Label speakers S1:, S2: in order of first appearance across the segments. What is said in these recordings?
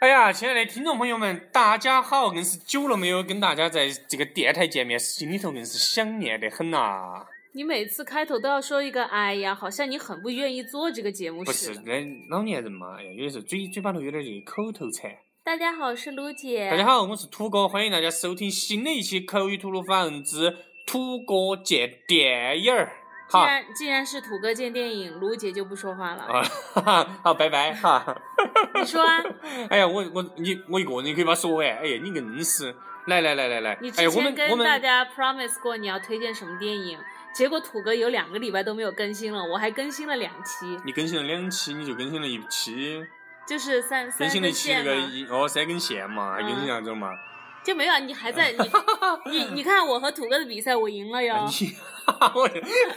S1: 哎呀，亲爱的听众朋友们，大家好！硬是久了没有跟大家在这个电台见面，心里头硬是想念得很呐、
S2: 你每次开头都要说一个“哎呀”，好像你很不愿意做这个节目
S1: 不
S2: 似
S1: 是，
S2: 的。
S1: 那老年人嘛，哎呀，有的时候嘴嘴巴头有点这个口头禅。
S2: 大家好，我是卢姐。
S1: 大家好，我是土哥，欢迎大家收听新的一期《口语吐鲁番之土哥见电影儿》。
S2: 既
S1: 好，
S2: 然既然是土哥见电影，卢姐就不说话了。
S1: 啊，哈哈， 好，拜拜哈。
S2: 你说啊，
S1: 哎呀，我我你我一个人可以把它说完。哎呀，你硬是，来来来来来
S2: 你，
S1: 哎呀
S2: 之，
S1: 我们
S2: 前跟
S1: 我们
S2: 大家 promise 过你要推荐什么电影，结果土哥有两个礼拜都没有更新了，我还更新了两期，
S1: 你更新了两期，你就更新了一期，
S2: 就是三
S1: 更
S2: 三
S1: 新了
S2: 根
S1: 一期那
S2: 线
S1: 个
S2: 嘛，
S1: 一哦三根线嘛，还更新
S2: 嗯
S1: 啥子嘛？
S2: 就没有啊你 还在你你你看我和土哥的比赛，我赢了哟。
S1: 你，我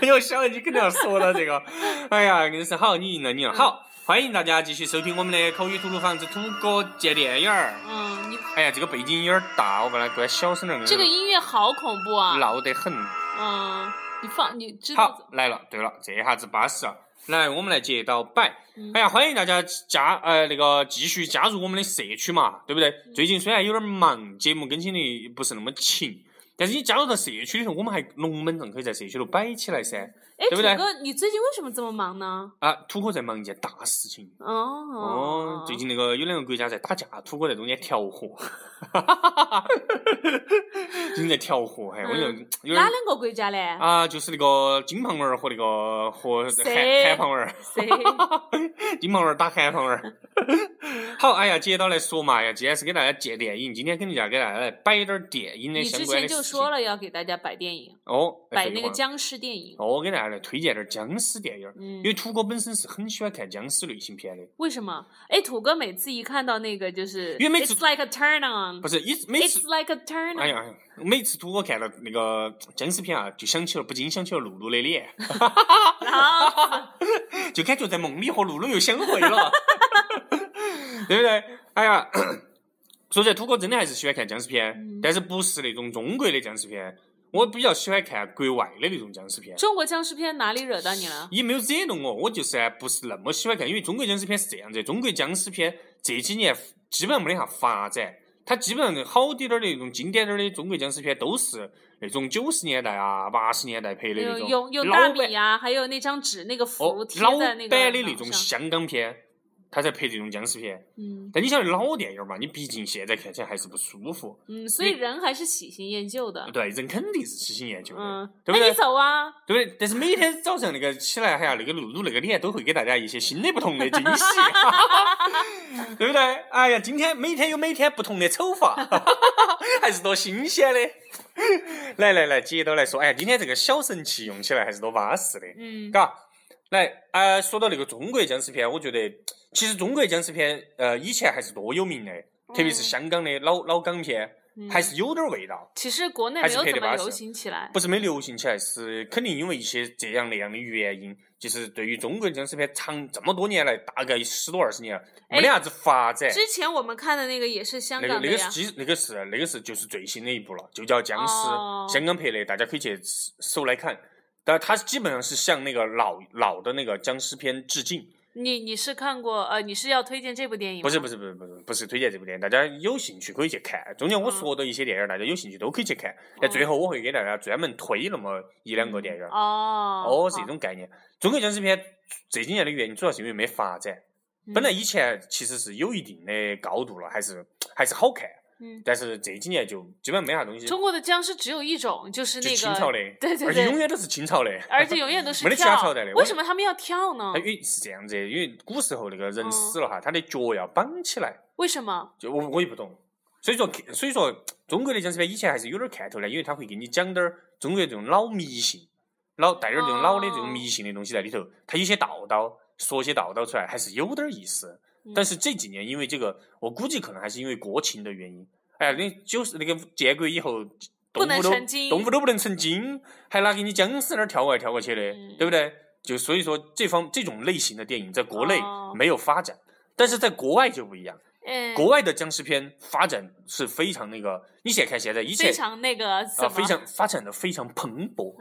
S1: 哎我想到你肯定要说到这个， 哎呀，硬是好，你赢了，你赢
S2: 嗯
S1: 了，好，欢迎大家继续收听我们的口语吐鲁番之土哥见电影儿。
S2: 嗯，你
S1: 哎呀，这个背景有点大，我把它关小声点儿。
S2: 这个音乐好恐怖啊！
S1: 闹得很。
S2: 嗯，你放你知道
S1: 好，来了，对了，这下子巴适了。来，我们来接到摆。
S2: 嗯
S1: 哎呀，欢迎大家加呃那个继续加入我们的社区嘛，对不对？最近虽然有点忙，节目更新的不是那么勤，但是你加入到社区里头，我们还龙门阵可以在社区头摆起来噻。
S2: 哎，
S1: 对
S2: 土
S1: 不对
S2: 哥，你最近为什么这么忙呢？
S1: 啊，土哥在忙一件大事情。
S2: 哦
S1: 哦
S2: 哦，
S1: 最近那个有两个国家在打架，土哥在中间调和， 最近在调和，嘿，我就
S2: 嗯
S1: 有点
S2: 哪两个国家嘞？
S1: 啊， 就是那个金胖娃儿和那个和韩
S2: 谁
S1: 韩胖娃儿，
S2: 谁？
S1: 金胖娃儿打韩胖娃儿。 好，哎呀，接到来说嘛，哎呀，今天是给大家借电影，今天肯定要给大家来摆一点儿电影的
S2: 你
S1: 相
S2: 之
S1: 关的
S2: 前
S1: 事情。
S2: 就说了要给大家摆电影，
S1: 哦，哎
S2: 摆那个，
S1: 废话
S2: 僵尸电影。
S1: 哦，我给大家来推荐点儿僵尸电影儿，
S2: 嗯
S1: 因，为土哥本身是很喜欢看僵尸类型片的，
S2: 为什么？哎，土哥每次一看到那个就是，
S1: 因为每次
S2: it's like a turn on，
S1: 不是一直每次
S2: it's like a turn
S1: 哎
S2: on，
S1: 呀，哎呀每次土哥看到那个僵尸片啊，就想起了不禁想起了露露的脸，
S2: 然后
S1: 就感觉在梦里和露露又相会 了，对不对？哎呀， 说起来土哥真的还是喜欢看僵尸片，
S2: 嗯
S1: 但是不是那种中国的僵尸片，我比较喜欢看国外的那种僵尸片。
S2: 中国僵尸片哪里惹到你 了？
S1: 也没有惹到我，我就是啊不是那么喜欢看，因为中国僵尸片是这样子，中国僵尸片这几年基本上没得啥发展，它基本上好滴点儿的那种经典点儿的中国僵尸片都是那种九十年代啊、八十年代拍的那
S2: 有
S1: 种
S2: 有有
S1: 老
S2: 大
S1: 版
S2: 笔啊，还有那张纸那个符
S1: 哦
S2: 贴
S1: 老
S2: 在
S1: 版
S2: 那个
S1: 的那种
S2: 脑上
S1: 香港片，他才拍这种僵尸片。
S2: 嗯
S1: 但你晓得老电影嘛，你毕竟现在看起来还是不舒服，
S2: 嗯，所以人还是喜新厌旧的。
S1: 对，人肯定是喜新厌旧的，
S2: 嗯，
S1: 对不
S2: 那
S1: 对
S2: 你？走啊。
S1: 对，但是每天早上那个起来，还有那个露露那个脸，都会给大家一些新的不同的惊 喜， 对不对？哎呀，今天每天有每天不同的丑法， 还是多新鲜的。 来来来，接着来说，哎呀，今天这个小神器用起来还是多巴适的，
S2: 嗯，
S1: 嘎。来，呃，说到那个中国僵尸片，我觉得其实中国僵尸片，呃，以前还是多有名的，特别是香港的老老港片，
S2: 嗯
S1: 还是有点味道。
S2: 其实国内
S1: 还
S2: 没
S1: 是
S2: 有
S1: 配得
S2: 怎
S1: 巴
S2: 么流
S1: 适
S2: 行起来。
S1: 不是没流行起来，是肯定因为一些这样那样的原因，就是对于中国僵尸片长这么多年来，大概十多二十年了，
S2: 哎
S1: 没得啥子发展。
S2: 之前我们看的那个也是香
S1: 那个
S2: 港
S1: 那
S2: 的
S1: 个
S2: 呀
S1: 是，基那个是那个是就是最新的一部了，就叫《僵尸》
S2: 哦
S1: 香港拍的，大家可以去搜来看。但它基本上是向那个老老的那个僵尸片致敬，
S2: 你你是看过呃，你是要推荐这部电影吗？
S1: 不是不是不是不是不是推荐这部电影，大家有兴趣可以去看。中间我
S2: 嗯
S1: 说的一些电影，大家有兴趣都可以去看。但最
S2: 哦
S1: 后我会给大家专门推那么一两个电影。
S2: 嗯哦
S1: 哦，是一
S2: 好
S1: 种概念。中国僵尸片这几年的原因主要是因为没发展，
S2: 嗯
S1: 本来以前其实是有一定的高度了，还是还是好看，
S2: 嗯嗯
S1: 但是这几年就基本上没啥东西，
S2: 中国的僵尸只有一种，就是
S1: 就
S2: 那个
S1: 清朝的，
S2: 对对
S1: 而且永
S2: 对，嗯
S1: 远都是清朝的。
S2: 而且永远都 是
S1: 没得其他
S2: 跳
S1: 朝代的
S2: 为
S1: 我
S2: 什么他们要跳呢
S1: 它？因为是这样子，因为古时候那个人
S2: 嗯
S1: 死了哈，他的脚要绑起来，
S2: 为什么？
S1: 就我我也不懂。所以说，所以说中国的僵尸片以前还是有点看头的，因为他会给你讲点儿中国这种老迷信，老带点儿这种老的这
S2: 哦
S1: 种迷信的东西在里头。他有些道道，说些道道出来，还是有点儿意思。
S2: 嗯
S1: 但是这几年因为这个，我估计可能还是因为国情的原因。哎呀，那就是那个建国以后，
S2: 不
S1: 动
S2: 能
S1: 物都
S2: 成精
S1: 动物都不能成精，还拿给你僵尸那儿跳过来跳过去的，
S2: 嗯
S1: 对不对？就所以说这方这种类型的电影在国内
S2: 哦
S1: 没有发展，但是在国外就不一样。
S2: 嗯，
S1: 国外的僵尸片发展是非常那个，你现在看现在以前
S2: 非常那个什
S1: 啊、
S2: 么？
S1: 非常发展的非常蓬 勃，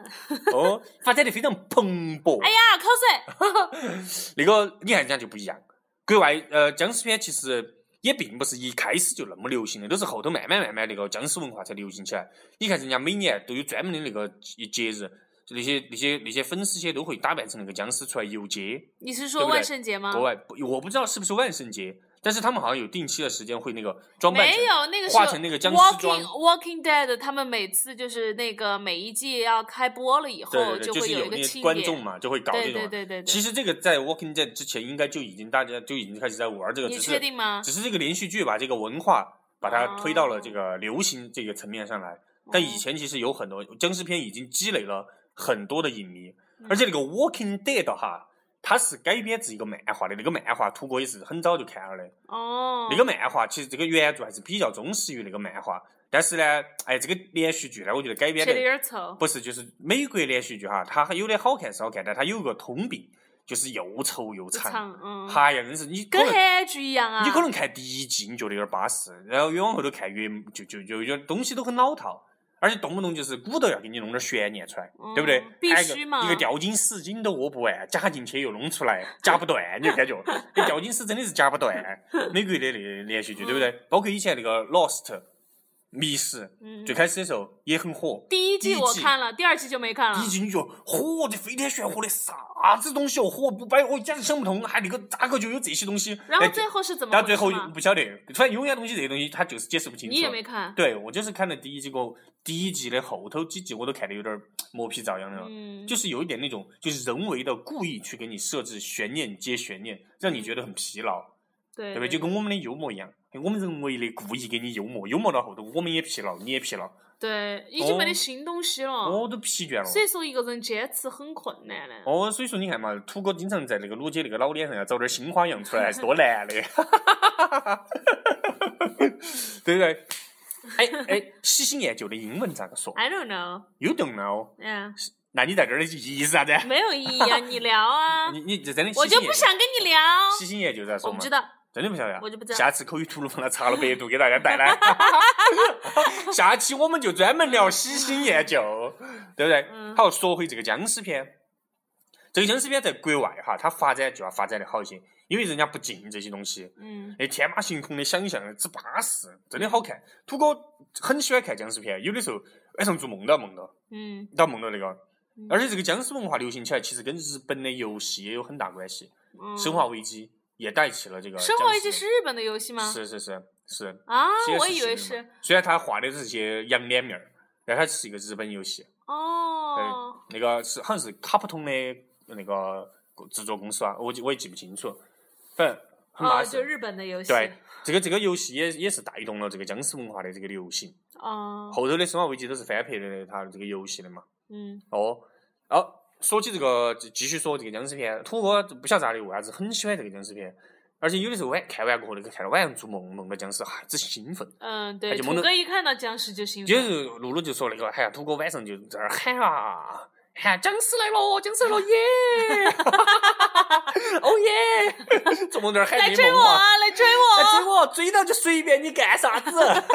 S1: 哦，发展的非常蓬勃。
S2: 哎呀，口 水！
S1: 那个你看人家就不一样，国外呃僵尸片其实也并不是一开始就那么流行的，都是后头慢慢慢慢那个僵尸文化才流行起来。你看人家每年都有专门的那个节节日，就那些那些那些粉丝些都会打扮成那个僵尸出来游街。
S2: 你是说
S1: 对不对
S2: 万圣节吗？
S1: 国外不我不知道是不是万圣节，但是他们好像有定期的时间会那个装扮成
S2: 没有，那个是
S1: 化成那个僵尸
S2: Walking
S1: 装
S2: Walking Dead，他们每次就是那个每一季要开播了以后，
S1: 对对对，就
S2: 会
S1: 是
S2: 有一
S1: 那
S2: 个
S1: 些
S2: 庆
S1: 观
S2: 典
S1: 众嘛，就会搞这
S2: 对
S1: 种。
S2: 对对对对。
S1: 其实这个在《Walking Dead》之前应该就已经大家就已经开始在玩这个，
S2: 你
S1: 只
S2: 确
S1: 是
S2: 定吗？哦
S1: 只是这个连续剧把这个文化把它推到了这个流行这个层面上来。但以
S2: 嗯
S1: 前其实有很多僵尸片已经积累了很多的影迷，而
S2: 嗯
S1: 且那个《Walking Dead》哈，它是改编自一个漫画的，那个漫画土哥也是很早就看了的。
S2: 哦，
S1: 那个漫画其实这个原著还是比较忠实于那个漫画，但是呢，哎，这个连续剧呢，我觉得改编
S2: 确
S1: 的
S2: 的有点丑。
S1: 不是，就是美国连续剧哈，它还有的好看是好看，但它有个通病，就是又臭又长。
S2: 长，嗯，
S1: 哈呀，真是你可
S2: 跟
S1: 能
S2: 韩剧一样啊。
S1: 你可能看第一季你觉得有点巴适，然后越往后头看越就就就就东西都很老套，而且动不动就是鼓捣要给你弄点悬念出来，
S2: 嗯
S1: 对不对？
S2: 必
S1: 还有
S2: 须
S1: 一个
S2: 嘛
S1: 一个吊筋丝筋都窝不完，夹进去又弄出来，夹不断，你就 感觉那吊筋丝真的是夹不断。美国的那个连续剧，对不对？包括以前那个《Lost》迷失，
S2: 嗯
S1: 最开始的时候也很火。
S2: 第一季
S1: 第一
S2: 我
S1: 季
S2: 看了，第二季就没看了
S1: 第一。集你就火的飞天旋火的啥子东西哦，火不摆，我一家都想不通，还那个咋个就有这些东西？
S2: 然后
S1: 哎
S2: 最后是怎么
S1: 但
S2: 回
S1: 最
S2: 事
S1: 后
S2: 嘛？
S1: 不晓得，反正永远东西这些东西他就是解释不清楚。
S2: 你也没看，
S1: 对我就是看了第一季过后，第一集的后头几集我都看得有点儿磨皮照样的了，
S2: 嗯，
S1: 啊就是有一点那种就是人为的故意去给你设置悬念接悬念，让你觉得很疲劳，
S2: 对
S1: 对不对？就跟我们的幽默一样，我们人为的故意给你幽默，幽默到后头我们也疲劳，你也疲劳，
S2: 对，已经没得
S1: 哦
S2: 新东西了。
S1: 我都疲倦了。
S2: 所以说，一个人坚持很困难的。
S1: 哦，所以说你看嘛，土哥经常在那个罗姐那个老脸上要找点新花样出来，还是多难的， 对不对？哎哎，喜新厌旧的英文咋个说
S2: I don't know，
S1: ？You don't know？
S2: 嗯，
S1: 哦那你在这儿的意思啥子？
S2: 没有意义啊，你聊啊，
S1: 你你这真的
S2: 我
S1: 喜
S2: 就
S1: 新厌
S2: 不
S1: 旧
S2: 想跟你聊。
S1: 喜新厌旧咋说
S2: 我
S1: 嘛
S2: 不知？道，
S1: 真的不晓得啊？
S2: 我就不知道
S1: 下次口语吐鲁番他查了百度给大家带 来。下期我们就专门聊喜新厌旧，对不对？
S2: 嗯
S1: 好，说回这个僵尸片，这个僵尸片在国外哈，它发展就要发展的好一些，因为人家不禁这些东西。
S2: 嗯，
S1: 那天马行空的想象之巴适，真的好看。土哥很喜欢看僵尸片，有的时候晚上做梦都要梦到，
S2: 嗯，
S1: 都要梦到那个
S2: 嗯。
S1: 而且这个僵尸文化流行起来，其实跟日本的游戏也有很大关系，
S2: 嗯
S1: 生啊化危机》也带起了这个。
S2: 生化危机是日本的游戏吗？
S1: 是是是是。
S2: 啊
S1: 其实，
S2: 我以为
S1: 日本
S2: 是
S1: 嘛。虽然他画的是些洋脸面儿，但它是一个日本游戏，
S2: 哦，
S1: 那个是好像是卡普通的那个制作公司啊，我记我也记不清楚，反正很巴
S2: 哦，
S1: 适。
S2: 就日本的游戏。
S1: 对，这个这个游戏也也是带动了这个僵尸文化的这个流行。
S2: 哦，
S1: 后头的《生化危机》都是翻拍的它这个游戏的嘛。
S2: 嗯，
S1: 哦，哦，说起这个，继继续说这个僵尸片，土哥不晓得咋的，为啥子很喜欢这个僵尸片？而且有的时候晚看完过后，那个看到晚上做梦梦到僵尸，啊，只兴奋。
S2: 嗯，对，
S1: 哎就
S2: 土
S1: 蒙着
S2: 哥一看到僵尸就兴
S1: 有
S2: 奋。
S1: 时候露露就说那个，哎呀，土哥晚上就在那儿喊啊，喊僵尸来了，僵尸来了，耶！ 哦耶！做梦在那儿喊
S2: 来
S1: 你
S2: 追
S1: 梦
S2: 我
S1: 话。
S2: 啊！来追
S1: 哎，
S2: 我！
S1: 追我追到就随便你干啥子，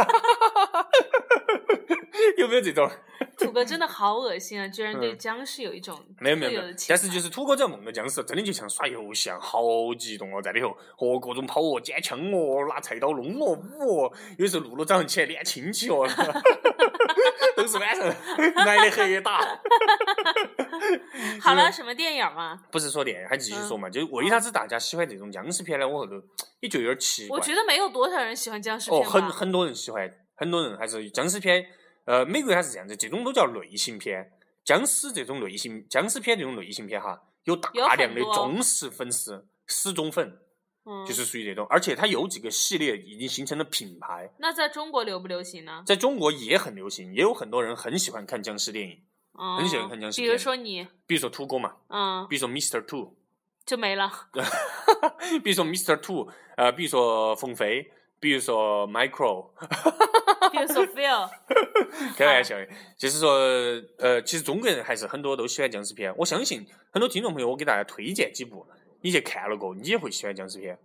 S1: 有没有这种？
S2: 土哥真的好恶心啊！居然对
S1: 嗯
S2: 僵尸有一种
S1: 没有没有
S2: 特
S1: 没
S2: 有
S1: 有
S2: 的，情
S1: 但是
S2: 怀
S1: 就是土哥在梦的僵尸，真的就像耍游戏啊，好激动哦，在里头和各种跑哦、捡枪哦、拿菜刀弄哦、舞哦，有时候露露早上起来撵亲戚哦， 都是晚上 挨的黑打。
S2: 好了，什么电影嘛？
S1: 不是说电影，还继续
S2: 嗯
S1: 说嘛，就是为啥子大家喜欢这种僵尸片呢？我后头也觉得有点奇怪
S2: 我。觉得没有多少人喜欢僵尸
S1: 哦，
S2: 片
S1: 很
S2: 吧。
S1: 很多人喜欢，很多人还是僵尸片。呃，美国它是这样子，这种都叫类型片。僵尸这种类型，僵尸片这种类型片哈，有
S2: 有
S1: 大
S2: 很
S1: 量的
S2: 多
S1: 忠实粉丝、死忠粉，
S2: 嗯，
S1: 就是属于这种。而且它有几个系列已经形成了品牌，
S2: 那在中国流不流行呢？
S1: 在中国也很流行，也有很多人很喜欢看僵尸电影，
S2: 嗯
S1: 很喜欢看僵尸
S2: 比
S1: 片
S2: 如说你，
S1: 比如说土哥嘛，
S2: 嗯，
S1: 比如说 Mr. Two，
S2: 就没了。
S1: 比如说 Mr. Two，呃，比如说冯飞，比如说 Micro，
S2: 比如说 Phil，
S1: 开玩笑的，就是说，呃，其实中国人还是很多都喜欢僵尸片。我相信很多听众朋友，我给大家推荐几部，你去看了过，你也会喜欢僵尸片。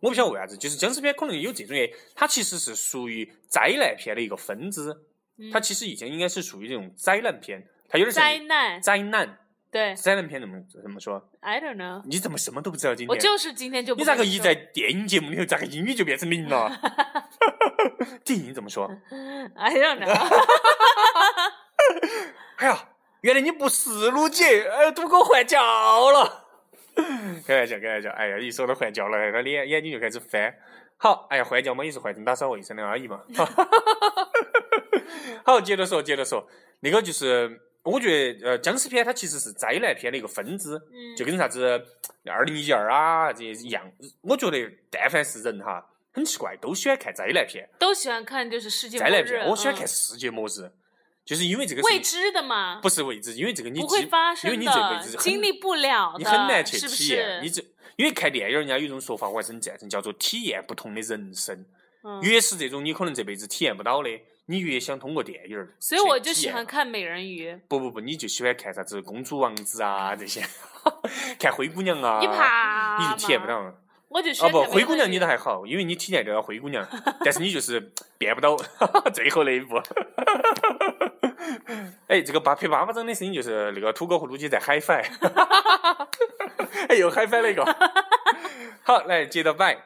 S1: 我不晓得为啥子，就是僵尸片可能有这种的，它其实是属于灾难片的一个分支。
S2: 嗯
S1: 它其实以前应该是属于这种灾难片，它有点
S2: 灾
S1: 像
S2: 难，
S1: 灾难，
S2: 对
S1: 灾难片怎么怎么说？
S2: ，I don't know，
S1: 你怎么什么都不知道？今
S2: 我
S1: 天
S2: 就是今天就不
S1: 你咋个
S2: 跟
S1: 一
S2: 说
S1: 在电影节目里头，咋个英语就变成零了？ 电影怎么说？
S2: ？I don't know，
S1: 哎呀，原来你不是鲁姐，呃，都给我换焦了。开玩笑，开玩笑。哎呀，一说到换焦了，他脸眼睛就开始翻。好，哎呀，换焦嘛，也是换成打扫卫生的阿姨嘛。 好，接着说，接着说，那个就是，我觉得呃，僵尸片它其实是灾难片的一个分支，
S2: 嗯
S1: 就跟啥子二零一二啊这些一样。我觉得但凡是人哈，很奇怪，都喜欢看灾难片，
S2: 都喜欢看就是世界
S1: 灾
S2: 末
S1: 难
S2: 日
S1: 片，，我喜欢
S2: 嗯
S1: 看世界末日，就是因为这个
S2: 未
S1: 是。
S2: 知的嘛，
S1: 不是未知，因为这个你
S2: 不会
S1: 基
S2: 发生
S1: 因为你这辈
S2: 的
S1: 子，很
S2: 经历不了的，
S1: 你很难去
S2: 是不
S1: 体验。你
S2: 是？
S1: 这因为看电影，人家有一种说法，我还是很赞成，叫做体验不同的人生。
S2: 嗯
S1: 越是这种你可能这辈子体验不到的，你越想通过电影儿
S2: 所以我
S1: 去
S2: 就
S1: 体
S2: 喜
S1: 验
S2: 欢。看美人鱼，
S1: 不不不，你就喜欢看啥子公主王子啊这些， 看灰姑娘啊，
S2: 你怕
S1: 你就体验不
S2: 吗
S1: 到。
S2: 我就喜
S1: 啊
S2: 欢
S1: 不，
S2: 看美
S1: 灰姑
S2: 人
S1: 娘你
S2: 鱼
S1: 倒还好，因为你体验得到灰姑 娘，但是你就是变不到最后那一步。 哎，这个八撇巴巴掌的声音就是那个土狗和鲁鸡在嗨翻， 哎又嗨翻了一个。好，来接着摆。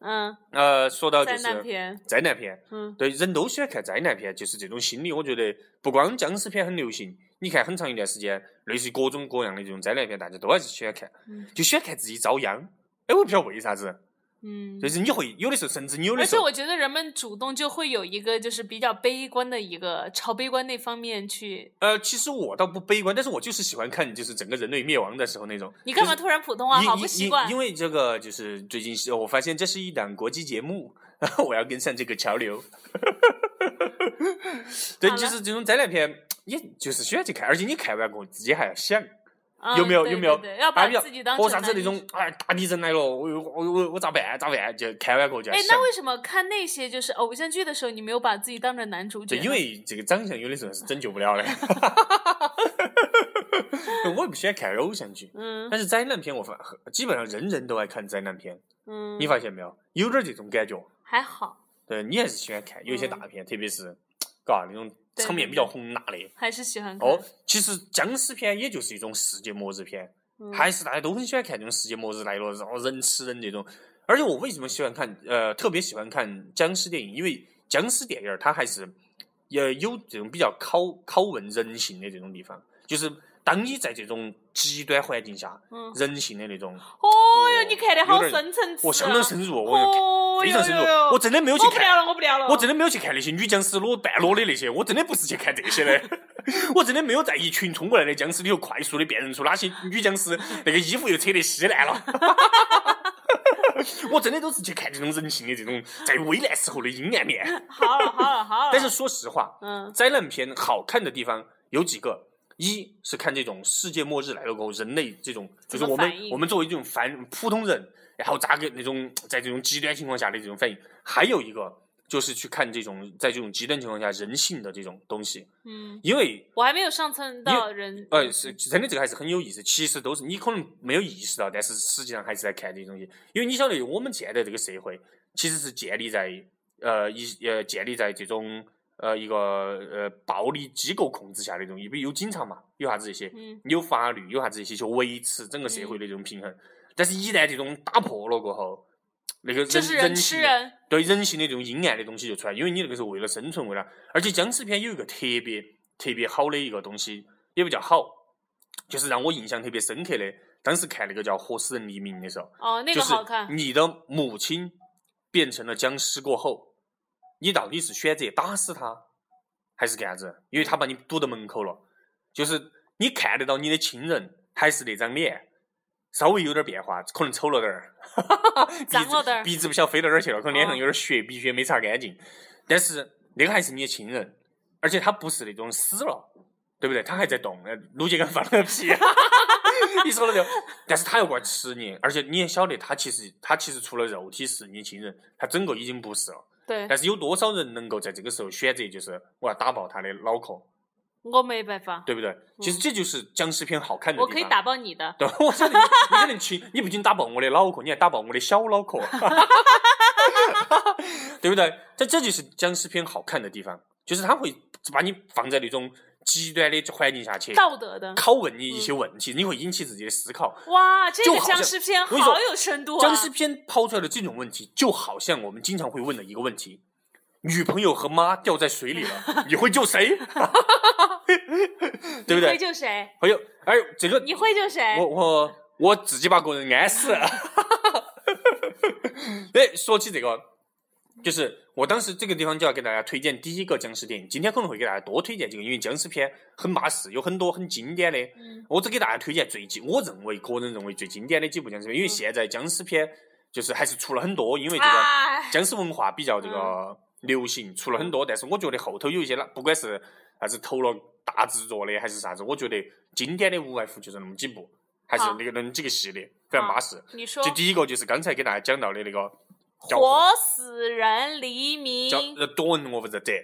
S2: 嗯，
S1: 呃，说到就
S2: 灾
S1: 是
S2: 难片，
S1: 灾难片，
S2: 嗯
S1: 对，人都喜欢看灾难片，就是这种心理。我觉得不光僵尸片很流行，你看很长一段时间，类似于各种各样的这种灾难片，大家都还是喜欢看
S2: 嗯，
S1: 就喜欢看自己遭殃。哎，我不晓得为啥子。
S2: 嗯
S1: 就，是你会有的时候，甚至你有的
S2: 而
S1: 时
S2: 且
S1: 候，
S2: 我觉得人们主动就会有一个就是比较悲观的一个朝悲观那方面去，
S1: 呃，其实我倒不悲观，但是我就是喜欢看就是整个人类灭亡的时候那种。
S2: 你干
S1: 就
S2: 嘛
S1: 是
S2: 突然普通话
S1: 因
S2: 好
S1: 因
S2: 不习
S1: 因
S2: 惯
S1: 因？为这个就是最近是我发现这是一档国际节目， 我要跟上这个潮流。对，
S2: 好了
S1: 就是这种灾难片，也就是喜欢去看，而且你看完过后自己还要想，
S2: 嗯
S1: 有没有
S2: 对
S1: 有没
S2: 对
S1: 有
S2: 对要
S1: 还
S2: 把
S1: 有没有
S2: 自己当
S1: 哦
S2: 成
S1: 啥子
S2: 男
S1: 那
S2: 女
S1: 种哎大敌人来了，我我我我咋办咋办？就看完过后就要
S2: 哎，
S1: 想
S2: 那。为什么看那些就是偶像剧的时候，你没有把自己当成男主角
S1: 对，
S2: 呢？
S1: 因为这个长相有的时候是拯救不了的。 我也不喜欢看偶像剧，
S2: 嗯
S1: 但是灾难片我发基本上人人都爱看灾难片，
S2: 嗯，
S1: 你发现没有？有点这种感觉。
S2: 还好，
S1: 对你还是喜欢看有一些
S2: 嗯
S1: 大片，特别是嘎那种
S2: 对嗯
S1: 场面比较宏大的。
S2: 还是喜欢看。
S1: 哦，其实僵尸片也就是一种世界末日片，
S2: 嗯
S1: 还是大家都很喜欢看这种世界末日来了，然后人吃人这种。而且我为什么喜欢看呃特别喜欢看僵尸电影？因为僵尸电影儿它还是呃有这种比较拷拷问人性的这种地方，就是当你在这种极端环境下，
S2: 嗯
S1: 人性的那种，
S2: 哦哟，你看的
S1: 有
S2: 好
S1: 点
S2: 深层次啊，
S1: 我相当深入，我
S2: 哦
S1: 非常
S2: 哟
S1: 深
S2: 哟
S1: 入
S2: 哟，
S1: 我真的没有去
S2: 我不
S1: 看
S2: 聊。了，我不聊了，
S1: 我真的没有去看那些女僵尸裸半裸的那些，我真的不是去看这些的， 我真的没有在一群冲过来的僵尸里头快速的辨认出哪些女僵尸那个衣服又扯得稀烂了。 我真的都是去看这种人性的这种在危难时候的阴暗面。
S2: 好了好了好了，
S1: 但是说实话，
S2: 嗯
S1: 灾难片好看的地方有几个，一是看这种世界末日来了过后，人类这种就是
S2: 怎么
S1: 我们
S2: 反应
S1: 我们作为这种凡普通人，然后咋个那种在这种极端情况下的这种反应，还有一个就是去看这种在这种极端情况下人性的这种东西，
S2: 嗯，
S1: 因为
S2: 我还没有上升到人，
S1: 呃，是真的，这个还是很有意思。其实都是你可能没有意识到，但是实际上还是在看这些东西。因为你晓得，我们现在这个社会其实是建立在呃一呃建立在这种呃一个呃暴力机构控制下的东西，比如有警察嘛，有啥子这些，
S2: 嗯
S1: 有法律，有啥子这些去维持整个社会的这种平衡。但是，一旦这种打破了过后，那个人
S2: 就是
S1: 人啊
S2: 吃啊
S1: 性
S2: 人，
S1: 对人性的这种阴暗的东西就出来，因为你那个时候为了生存，为了，而且僵尸片有一个特别特别好的一个东西，也不叫好，就是让我印象特别深刻的，当时看那个叫《活死人黎明》的时候，
S2: 哦，那个好看
S1: 就，是你的母亲变成了僵尸过后，你到底是选择打死他，还是干啥子？因为他把你堵到门口了，就是你看得到你的亲人还是那张脸，稍微有点变化，可能丑了点儿，
S2: 脏了点儿
S1: 鼻子鼻子不晓得飞到哪儿去了，可能脸上
S2: 哦
S1: 有点血，鼻血没擦干净，但是那个还是你的亲人，而且他不是那种死了。对不对？他还在动，呃卢杰刚放了个屁， 你说了就，但是他又过来吃你，而且你也晓得，他其实他其实除了肉体是你亲人，他整个已经不是了。
S2: 对
S1: 但，是有多少人能够在这个时候选择，就是我要打爆他的脑壳，
S2: 我没办法，
S1: 对不对？其实这就是僵尸片好看的地
S2: 嗯我
S1: 方。啊
S2: 可以打爆你的，
S1: 对， 我晓得你，你可能亲，你不仅打爆我的脑壳，你还打爆我的小脑壳， 对不对？这这就是僵尸片好看的地方，就是它会把你放在那种极端的环境下去
S2: 道德的。
S1: 拷问你一些问题，你会引起自己的思考。
S2: 哇，这
S1: 就
S2: 个
S1: 好
S2: 僵
S1: 像
S2: 尸片
S1: 我跟你说
S2: 好有深度啊！
S1: 僵尸片抛出来的这种问题，就好像我们经常会问的一个问题：女朋友和妈掉在水里了，你会救谁？ 对不
S2: 你会
S1: 对？
S2: 救谁？
S1: 还有，哎，这个
S2: 你会救谁？
S1: 我我我自己把个人安死。哎，说起这个，就是我当时这个地方就要给大家推荐第一个僵尸电影，今天可能会给大家多推荐这个，因为僵尸片很巴适，有很多很经典的。
S2: 嗯
S1: 我只给大家推荐最经，我认为个人认为最经典的几部僵尸片，因为
S2: 嗯
S1: 现在僵尸片就是还是出了很多，因为这个
S2: 哎，
S1: 僵尸文化比较这个
S2: 嗯
S1: 流行，出了很多，但是我觉得后头有一些啦，不管是啥子投了大制作的还是啥子，我觉得经典的无外乎就是那么几部，还是
S2: 好
S1: 那个那么几个系列非常巴适。
S2: 你说
S1: 就第一个就是刚才给大家讲到的那个叫
S2: 活死人黎
S1: 叫
S2: 明，
S1: 《The Dawn of the Dead》，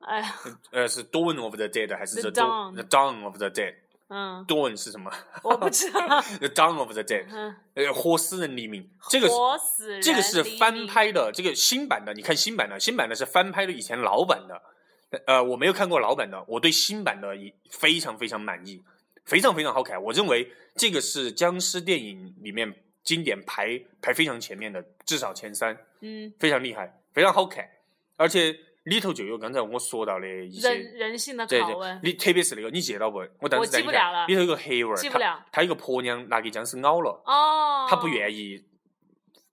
S2: 哎呀，
S1: 呃，是《Dawn of the Dead》还是
S2: The
S1: The Dawn
S2: Dawn
S1: The Dawn of the Dead？
S2: 嗯，
S1: Dawn 是什么
S2: 我不知道，
S1: ？The Dawn of the Dead，
S2: 嗯，
S1: 呃，活死人黎明，这个是
S2: 活死人黎明，
S1: 这个是翻拍的，这个新版的，你看新版的，新版的是翻拍的以前老版的，呃，我没有看过老版的，我对新版的也非常非常满意，非常非常好看。我认为这个是僵尸电影里面经典排排非常前面的，至少前三，
S2: 嗯，
S1: 非常厉害，非常好看，而且里头就有刚才我说到的一
S2: 人
S1: 些。
S2: 人性的
S1: 对
S2: 拷
S1: 对
S2: 问，，
S1: 你特别是那个，你记得到不？我当
S2: 我
S1: 时在
S2: 记
S1: 你
S2: 不
S1: 看
S2: 了了
S1: 里头有个黑娃儿，
S2: 记不了
S1: 他他有个婆娘拿给僵尸咬了，
S2: 哦，
S1: 他不愿意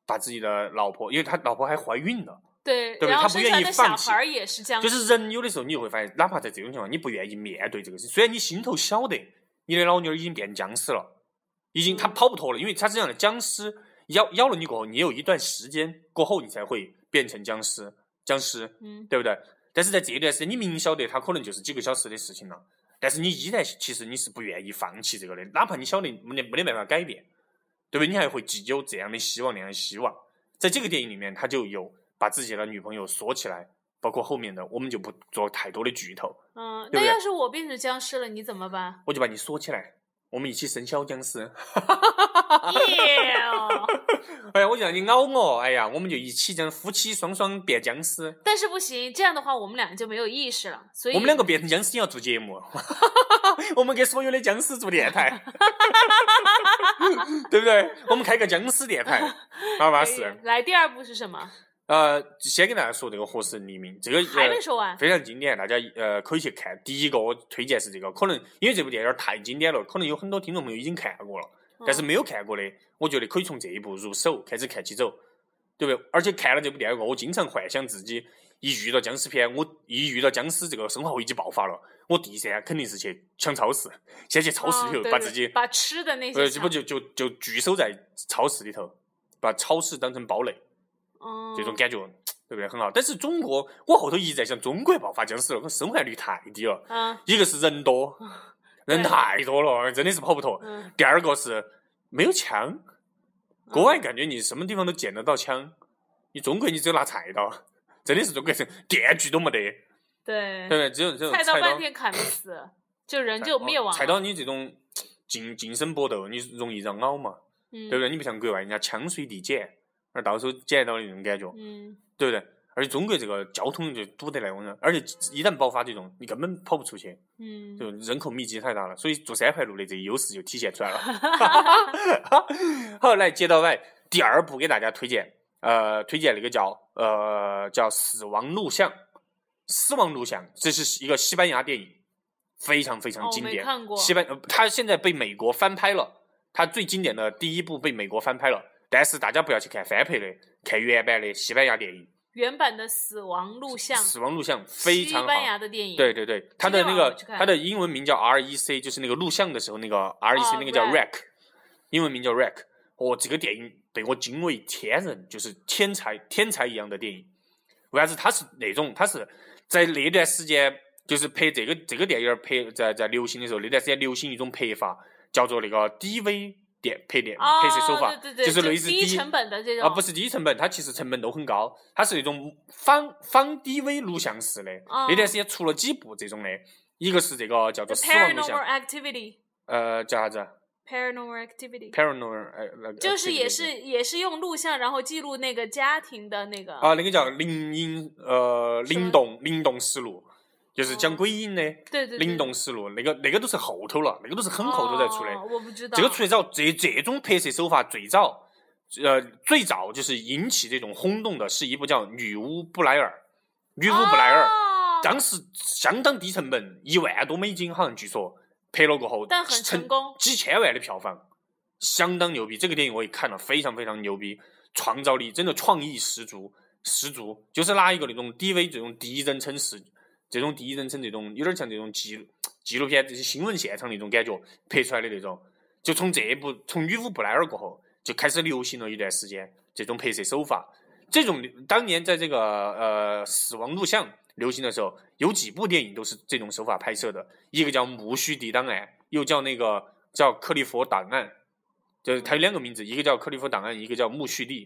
S1: 把自己的老婆，因为他老婆还怀孕了。
S2: 对，
S1: 对
S2: 然后
S1: 他不
S2: 生
S1: 愿
S2: 出来
S1: 意
S2: 的
S1: 放
S2: 小
S1: 弃
S2: 孩儿也是僵
S1: 就
S2: 尸，
S1: 是人有的时候你就会发现，哪怕在这种情况，你不愿意面对这个事，虽然你心头晓得你的老妞儿已经变僵尸了，已经他
S2: 嗯
S1: 跑不脱了，因为他这样的僵尸咬咬了你过后，你有一段时间过后你才会变成僵尸，僵尸
S2: 嗯，
S1: 对不对？但是在这一段时间，你明晓得他可能就是几个小时的事情了，但是你依然其实你是不愿意放弃这个的，哪怕你晓得没得没得办法改变，对不对？你还会寄有这样的希望那样的希望。在这个电影里面，他就有把自己的女朋友锁起来，包括后面的我们就不做太多的剧透，
S2: 嗯，
S1: 对
S2: 那
S1: 不对
S2: 要是我变成僵尸了，你怎 么办？
S1: 我就把你锁起来，我们一起生肖僵尸。
S2: 耶哦！
S1: 哎呀，我就让你咬我，哎呀，我们就一起这样夫妻双双变僵尸。
S2: 但是不行，这样的话我们俩就没有意识了，所以
S1: 我们两个变成僵尸也要做节目， 我们给所有的僵尸做电台， 对不对？我们开个僵尸 电台，好吧？
S2: 可以
S1: 是，
S2: 来第二步是什么？
S1: 呃，先给大家说这个《活死人黎明》，这个
S2: 还
S1: 呃
S2: 没说完。
S1: 非常经典，大家呃可以去看。第一个我推荐是这个，可能因为这部电影儿太经典了，可能有很多听众朋友已经看过了，
S2: 嗯
S1: 但是没有看过的，我觉得可以从这一部入手开始看起走，对不对？而且看了这部电影过后，我经常幻想自己一遇到僵尸片，我一遇到僵尸这个生化危机爆发了，我第一时间肯定是去抢超市，先去超市
S2: 嗯
S1: 里头
S2: 对
S1: 把
S2: 对
S1: 自己
S2: 把吃的那些
S1: 呃这不
S2: 抢
S1: 就就就聚守在超市里头，把超市当成堡垒。
S2: 嗯
S1: 这种感觉，对不对？很好。但是中国，我后头一直在想，中国爆发僵尸了，可能生还率太低了。
S2: 嗯
S1: 一个是人多，人
S2: 啊对
S1: 太多了，真的是跑不脱。
S2: 嗯
S1: 第二个是没有枪，国外感觉你什么地方都捡得到枪，你中国你只有拿菜刀，真的是中国人电锯都没得，对
S2: 对
S1: 不，对？只有只有
S2: 菜
S1: 刀
S2: 刀半天砍不死，就人就灭亡了。
S1: 菜刀你这种近近身搏斗，你容易让咬嘛，
S2: 嗯，
S1: 对不对？你不像国外人家枪随地捡，而到手捡到的那种感觉。
S2: 嗯，
S1: 对不对？而且中国这个交通就堵得来往了，而且一旦爆发这种，你根本跑不出去，
S2: 嗯
S1: 就人口密集太大了，所以做三环路的这优势就体现出来了。好，来接到来第二部给大家推荐，呃，推荐那个叫呃叫《死亡录像》，《死亡录像》这是一个西班牙电影，非常非常
S2: 哦
S1: 经
S2: 没
S1: 典。
S2: 看过
S1: 西班，呃它现在被美国翻拍了，它最经典的第一部被美国翻拍了，但是大家不要去看翻拍的，看原版的西班牙电影。
S2: 原版的死亡录像，
S1: 死亡录像非常
S2: 西
S1: 好。
S2: 班牙的电影，
S1: 对对对，它的那
S2: 晚上
S1: 个
S2: 啊我去看
S1: 它的英文名叫 REC，就是那个录像的时候那个 REC，、
S2: 哦
S1: 那个叫
S2: rec
S1: REC，英文名叫 REC。哦，这个电影被我惊为天人，就是天才天才一样的电影。为啥子？它是那种，它是在那段时间，就是拍这个这个电影儿拍在在流行的时候，那段时间流行一种拍法，叫做那个 DV 电拍电、
S2: 哦，
S1: 拍摄手法，
S2: 对对对，
S1: 就是类似
S2: 低
S1: D-
S2: 成本的这种
S1: 啊，不是低成本，它其实成本都很高，它是那种仿仿 DV 录像式的。
S2: 哦
S1: 那段时间出了几部这种的，一个是这个叫做《
S2: The
S1: 死亡录像》，
S2: Paranormal Activity。
S1: 呃，叫啥子
S2: Paranormal Activity，
S1: ？Paranormal，呃呃，
S2: 就是也
S1: Activity
S2: 是也是用录像，然后记录那个家庭的那个
S1: 啊啊，那个叫《灵隐》呃，《
S2: 什么
S1: 灵动灵动实录》，就是讲鬼影的《
S2: 哦对对对，
S1: 灵动实录》，那个那个都是后头了，那个都是很后头才出的。
S2: 哦我不知道
S1: 这个最早这这种拍摄手法最早，呃，最早就是引起这种轰动的是一部叫《女巫布莱尔》，女巫布莱尔、
S2: 哦
S1: 当时相当低成本，一万多美金好像据说拍了过后，
S2: 但很成功
S1: 几千万的票房，相当牛逼。这个电影我也看了，非常非常牛逼，创造力真的创意十足，十足。就是拿一个那种 DV 这种第一人称视，这种第一人称这种有点像这种纪录纪录片这些新闻现场那种感觉拍出来的那种，就从这一部从《女巫布莱尔》过后就开始流行了一段时间这种拍摄手法。这种当年在这个呃死亡录像流行的时候，有几部电影都是这种手法拍摄的，一个叫《木须抵档案》，又叫那个叫《克利佛档案》，就是它有两个名字，一个叫《克利佛档案》，一个叫《木须地》。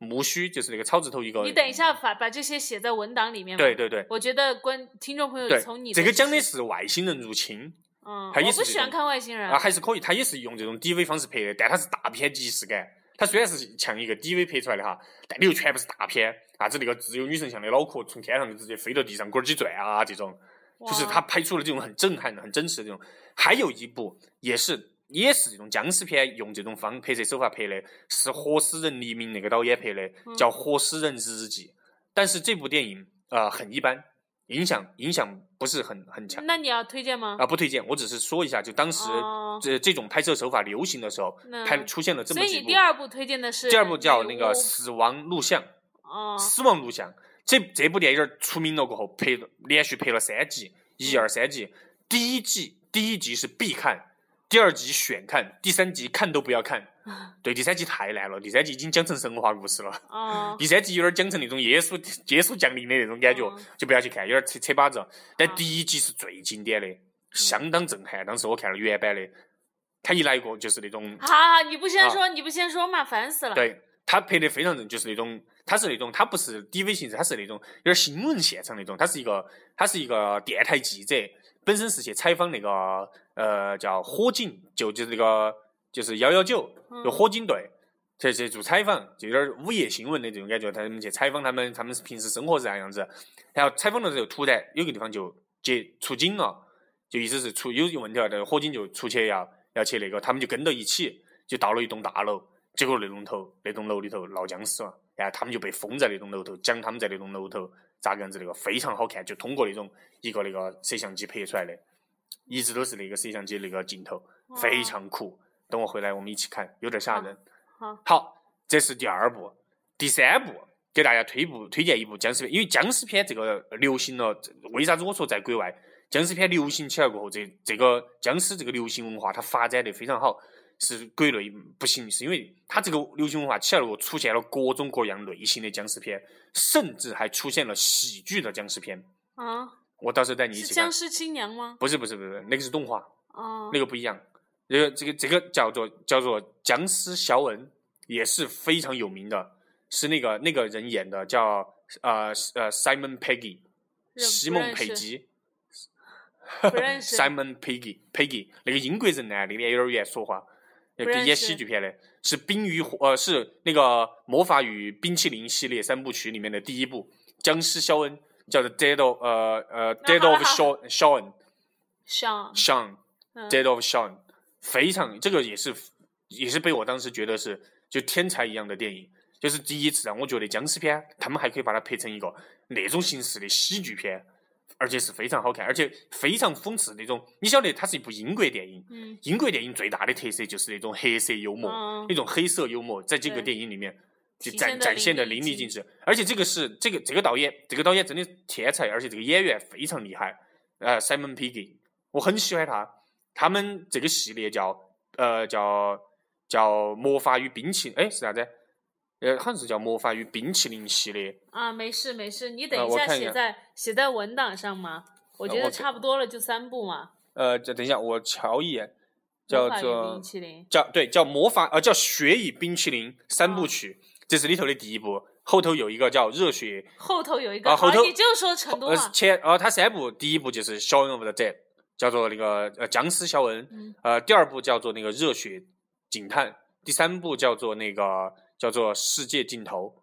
S1: 木须就是那个草字头一个。
S2: 你等一下把把这些写在文档里面。
S1: 对。对对
S2: 我觉得观听众朋友
S1: 对
S2: 从你，
S1: 这个讲的
S2: 知识，
S1: 是外星人入侵
S2: 嗯，
S1: 它也
S2: 我
S1: 是
S2: 不
S1: 这
S2: 喜欢
S1: 种
S2: 看外星人
S1: 啊，，还是可以，它也是用这种 DV 方式拍的，但它是大片即视感。它虽然是像一个 DV 拍出来的哈，但里头全部是大片，啥子那个自由女神像的脑壳从天上就直接飞到地上滚儿几转啊这种。就是
S2: 哇
S1: 他拍出了这种很震撼的、很真实的这种。还有一部也是也是这种僵尸片，用这种方拍摄手法拍的，是《活死人黎明》那个导演拍的，
S2: 嗯
S1: 叫《活死人日记》。但是这部电影呃很一般，影响影响不是很很强啊、
S2: 那你要推荐吗？
S1: 不推荐。我只是说一下，就当时
S2: 嗯哦
S1: 这、这种拍摄手法流行的时候，
S2: 那
S1: 拍出现了这
S2: 所
S1: 么
S2: 以
S1: 几
S2: 你
S1: 部。
S2: 第二部推荐的是
S1: 第二部叫那
S2: 女巫
S1: 个《死亡录像》。
S2: 哦，
S1: 死亡录像》这这部电影儿出名了过后，拍了连续拍了三集，一二三集。第一季第一集是必看，第二集选看，第三集看都不要看。
S2: 啊
S1: 对，第三集太烂了，第三集已经讲成神话故事了。
S2: 哦，
S1: 第三集有点讲成那种耶稣耶稣降临的那种感觉，
S2: 嗯
S1: 就不要去看，有点扯扯把子。但
S2: 好
S1: 第一集是最经典的，相当震撼。当时我看了原版的，他一来过就是那种
S2: 好好，你不先
S1: 嗯啊
S2: 说，你不先说嘛，烦死了。
S1: 对他拍的非常正，就是那种，他是那种，他不是 DV 形式，他是那种有点新闻现场那种，他是一个，他是一个电台记者，本身是去采访那个呃叫火警，就就是那个就是幺幺九
S2: 嗯
S1: 有火警队。去去做采访，就有点午夜新闻的这种感觉。他们去采访他们，他们平时生活是啥样子。然后采访的时候，突然有个地方就接出警了，就意思是出有问题了，啊这个火警就出去要要去那个，他们就跟到一起，就到了一栋大楼，结果那栋头那栋楼里头闹僵尸了，然后他们就被封在那栋楼头，讲他们在那栋楼头咋个样子那个非常好看，就通过那种一个那个摄像机拍出来的，一直都是那个摄像机那个镜头，非常酷。等我回来我们一起看，有点吓人。
S2: 好好
S1: 这是第二部，第三部。给大家推一部推荐一部僵尸片，因为僵尸片这个流行了，这为啥子我说在国外僵尸片流行起来过后，这这个僵尸这个流行文化它发展的非常好，是国内不行，是因为它这个流行文化起来了过后，出现了各种各样类型的僵尸片，甚至还出现了喜剧的僵尸片。
S2: 啊，
S1: 我到时候带你一
S2: 是
S1: 起看
S2: 僵。尸新娘吗？
S1: 不是不是不是，那个是动画，
S2: 哦
S1: 那，个不一样。这个这个这个叫做叫做僵尸肖恩，也是非常有名的，是那个那个人演的，叫呃呃 Simon Peggy，
S2: 认
S1: 西
S2: 不
S1: 蒙
S2: 认
S1: 佩
S2: 识
S1: 吉。
S2: 不认识。
S1: Simon Peggy Peggy 那个英国人呢，那边有点圆说话，那
S2: 不
S1: 个
S2: 认
S1: 演
S2: 识
S1: 喜剧片的，是《冰与火》呃是那个《魔法与冰淇淋》系列三部曲里面的第一部，僵尸肖恩叫做 Dead of 呃呃 Dead of Shawn Shawn
S2: 上
S1: Shawn
S2: 嗯
S1: Dead of Shawn，非常这个也是也是被我当时觉得是就天才一样的电影，就是第一次让我觉得僵尸片他们还可以把它拍成一个那种形式的喜剧片，而且是非常好看，而且非常讽刺那种。你晓得它是一部英国电影，
S2: 嗯
S1: 英国电影最大的特色就是那种黑色幽默，
S2: 嗯
S1: 那种黑色幽默在这个
S2: 对
S1: 电影里面就
S2: 体
S1: 展
S2: 现得
S1: 展现的
S2: 淋
S1: 淋
S2: 漓
S1: 漓
S2: 尽
S1: 尽致。而且这个是这个这个导演，这个导演真的天才，而且这个演员非常厉害。呃，Simon Pegg，我很喜欢他。他们这个系列叫呃叫叫魔法与冰淇淋，哎是啥子？呃，好像是叫魔法与冰淇淋系列。
S2: 啊，没事没事，你等
S1: 呃
S2: 一
S1: 我
S2: 下
S1: 看一
S2: 写
S1: 下
S2: 在写在文档上嘛。我
S1: 呃
S2: 觉得
S1: 我
S2: 差不多了，就三部嘛。
S1: 呃，这等一下，我瞧一眼，叫
S2: 魔法与
S1: 做
S2: 冰淇淋。
S1: 叫对叫魔法呃叫血与冰淇淋三
S2: 哦
S1: 部曲，这是里头的第一部，后头有一个叫热血
S2: 后头有一个，
S1: 啊
S2: 好
S1: 后头
S2: 你就说成都
S1: 呃，
S2: 嘛。
S1: 前呃，他三部，第一部就是《肖恩 of the Dead》，叫做那个呃僵尸肖恩，
S2: 嗯
S1: 呃，第二部叫做那个热血警探，第三部叫做那个叫做世界尽头，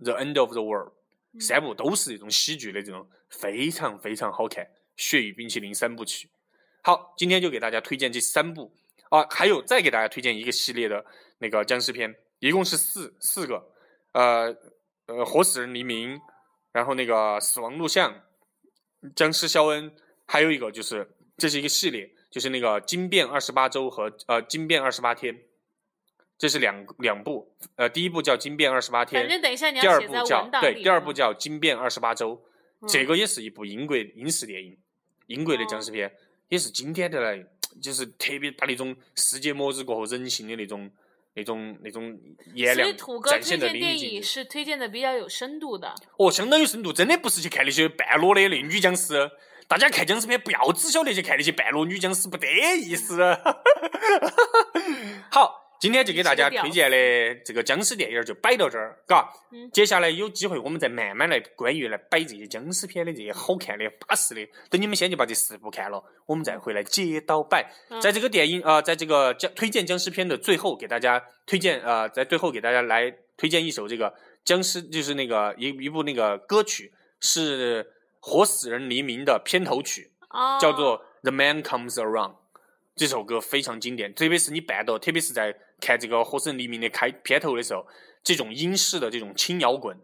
S1: 《The End of the World》，
S2: 嗯
S1: 三部都是这种喜剧的这种，非常非常好看，《血与冰淇淋》三部曲。好，今天就给大家推荐这三部啊，还有再给大家推荐一个系列的那个僵尸片，一共是四四个，呃呃，活死人黎明，然后那个死亡录像，僵尸肖恩，还有一个就是这是一个系列，就是那个惊变二十八周和呃惊变二十八天，这是两两部，呃，第一部叫惊变二十八天
S2: 反，正等一下你
S1: 第
S2: 要
S1: 二
S2: 写
S1: 部
S2: 在
S1: 叫
S2: 文档
S1: 对，
S2: 里
S1: 第二
S2: 头
S1: 部叫《惊变二十八周》，这
S2: 嗯哦
S1: 个也是一部英国影视电影，英国的僵尸片，也是今天的嘞，就是特别把那种世界末日过后人性的那种、那种、那种炎
S2: 所
S1: 凉
S2: 以土哥推
S1: 展现
S2: 荐
S1: 的淋漓
S2: 电
S1: 尽
S2: 影
S1: 致。
S2: 是推荐的比较有深度的，
S1: 哦，相当有深度，真的不是去看那些半裸的那女僵尸。大家看僵尸片，不要只晓得去看那些半裸女僵尸，不得意思。 好，今天就给大家推荐的这个僵尸电影就摆到这儿，嘎。
S2: 嗯
S1: 接下来有机会我们再慢慢来关于来摆这些僵尸片的这些好看的、巴适的。等你们先去把这四部看了，我们再回来接刀摆。
S2: 嗯
S1: 在这个电影啊、呃在这个僵推荐僵尸片的最后，给大家推荐呃，在最后给大家来推荐一首这个僵尸，就是那个一一部那个歌曲，是《活死人黎明》的片头曲。
S2: 哦，
S1: 叫做《The Man Comes Around》，这首歌非常经典，特别是你伴到，特别是在看这个《火神黎明》的开片头的时候，这种英式的这种轻摇滚，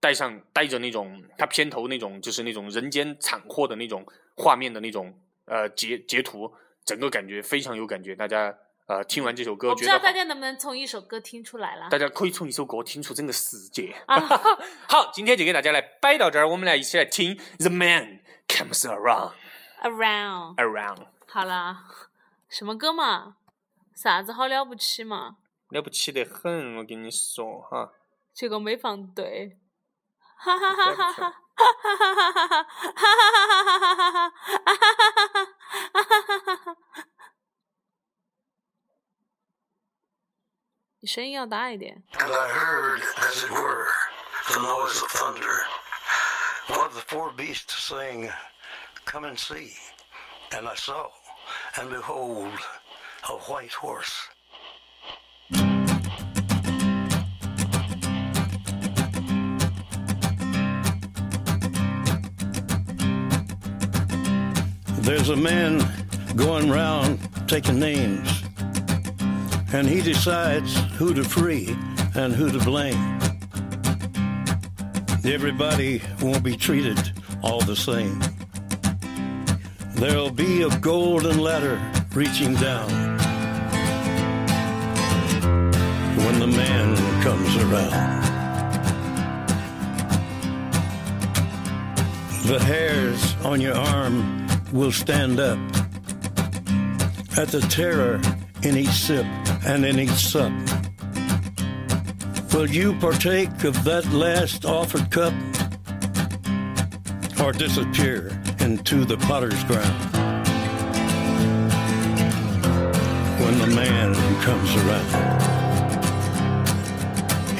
S1: 带上带着那种它片头那种就是那种人间惨祸的那种画面的那种呃截截图，整个感觉非常有感觉。大家呃听完这首歌
S2: 我不
S1: 觉
S2: 知
S1: 得好
S2: 道大家能不能从一首歌听出来了
S1: 大。家可以从一首歌听出整个世界。
S2: 啊
S1: 好，今天就给大家来摆到这儿，我们来一起来听《The Man Comes Around》
S2: Around，
S1: Around。
S2: 好啦，什么歌嘛？啥子好了不起嘛？
S1: 了不起得很，我跟你说哈。
S2: 这个没放对，哈哈哈哈哈。你声音要大一点。
S3: And I heard, as it were, the noise of thunder. One of the four beasts saying, Come and see. And I saw, and behold, a white horse. There's a man going round taking names and he decides who to free and who to blame. Everybody won't be treated all the same. There'll be a golden ladder reaching down when the man comes around. The hairs on your arm will stand up at the terror in each sip and in each sup. Will you partake of that last offered cup or disappear into the potter's ground when the man comes around?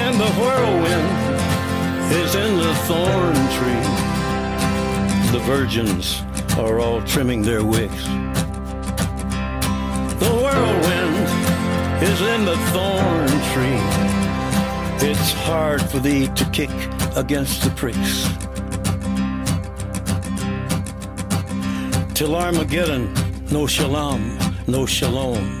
S3: And the whirlwind is in the thorn tree. The virgins are all trimming their wicks. The whirlwind is in the thorn tree. It's hard for thee to kick against the pricks. Till Armageddon, no shalom, no shalom.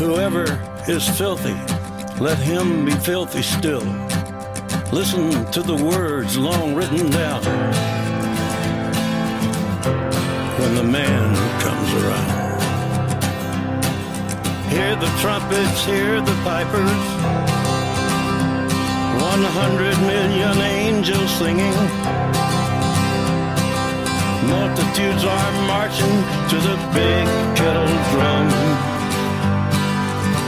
S3: Whoever is filthy, let him be filthy still. Listen to the words long written down when the man comes around. Hear the trumpets, hear the pipers. 100 million angels singing. Multitudes are marching to the big kettle drum.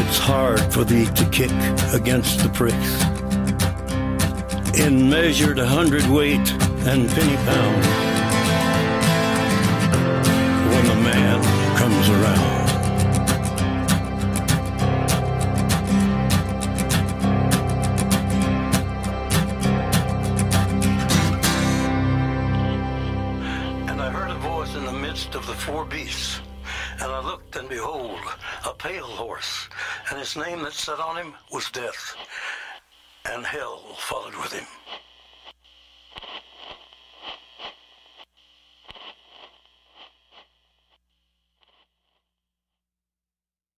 S3: It's hard for thee to kick against the pricks. In measured hundredweight and penny pound. When the man comes around. And I heard a voice in the midst of the four beasts. And I looked, and behold, a pale horse. And his name that sat on him was Death. And hell followed with him.